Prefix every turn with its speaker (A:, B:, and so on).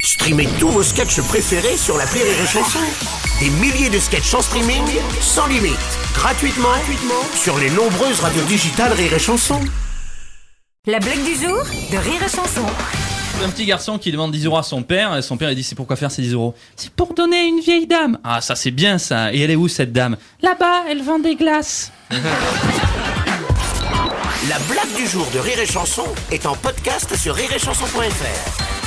A: Streamez tous vos sketchs préférés sur la Rire et Chanson. Des milliers de sketchs en streaming, sans limite, gratuitement, gratuitement sur les nombreuses radios digitales Rire et Chanson.
B: La blague du jour de Rire et Chanson.
C: Un petit garçon qui demande 10 euros à son père, et son père il dit c'est pourquoi faire ces 10 euros C'est pour donner à une vieille dame. Ah ça c'est bien ça, et elle est où cette dame Là-bas, elle vend des glaces.
A: La blague du jour de Rire et Chanson est en podcast sur rireetchanson.fr.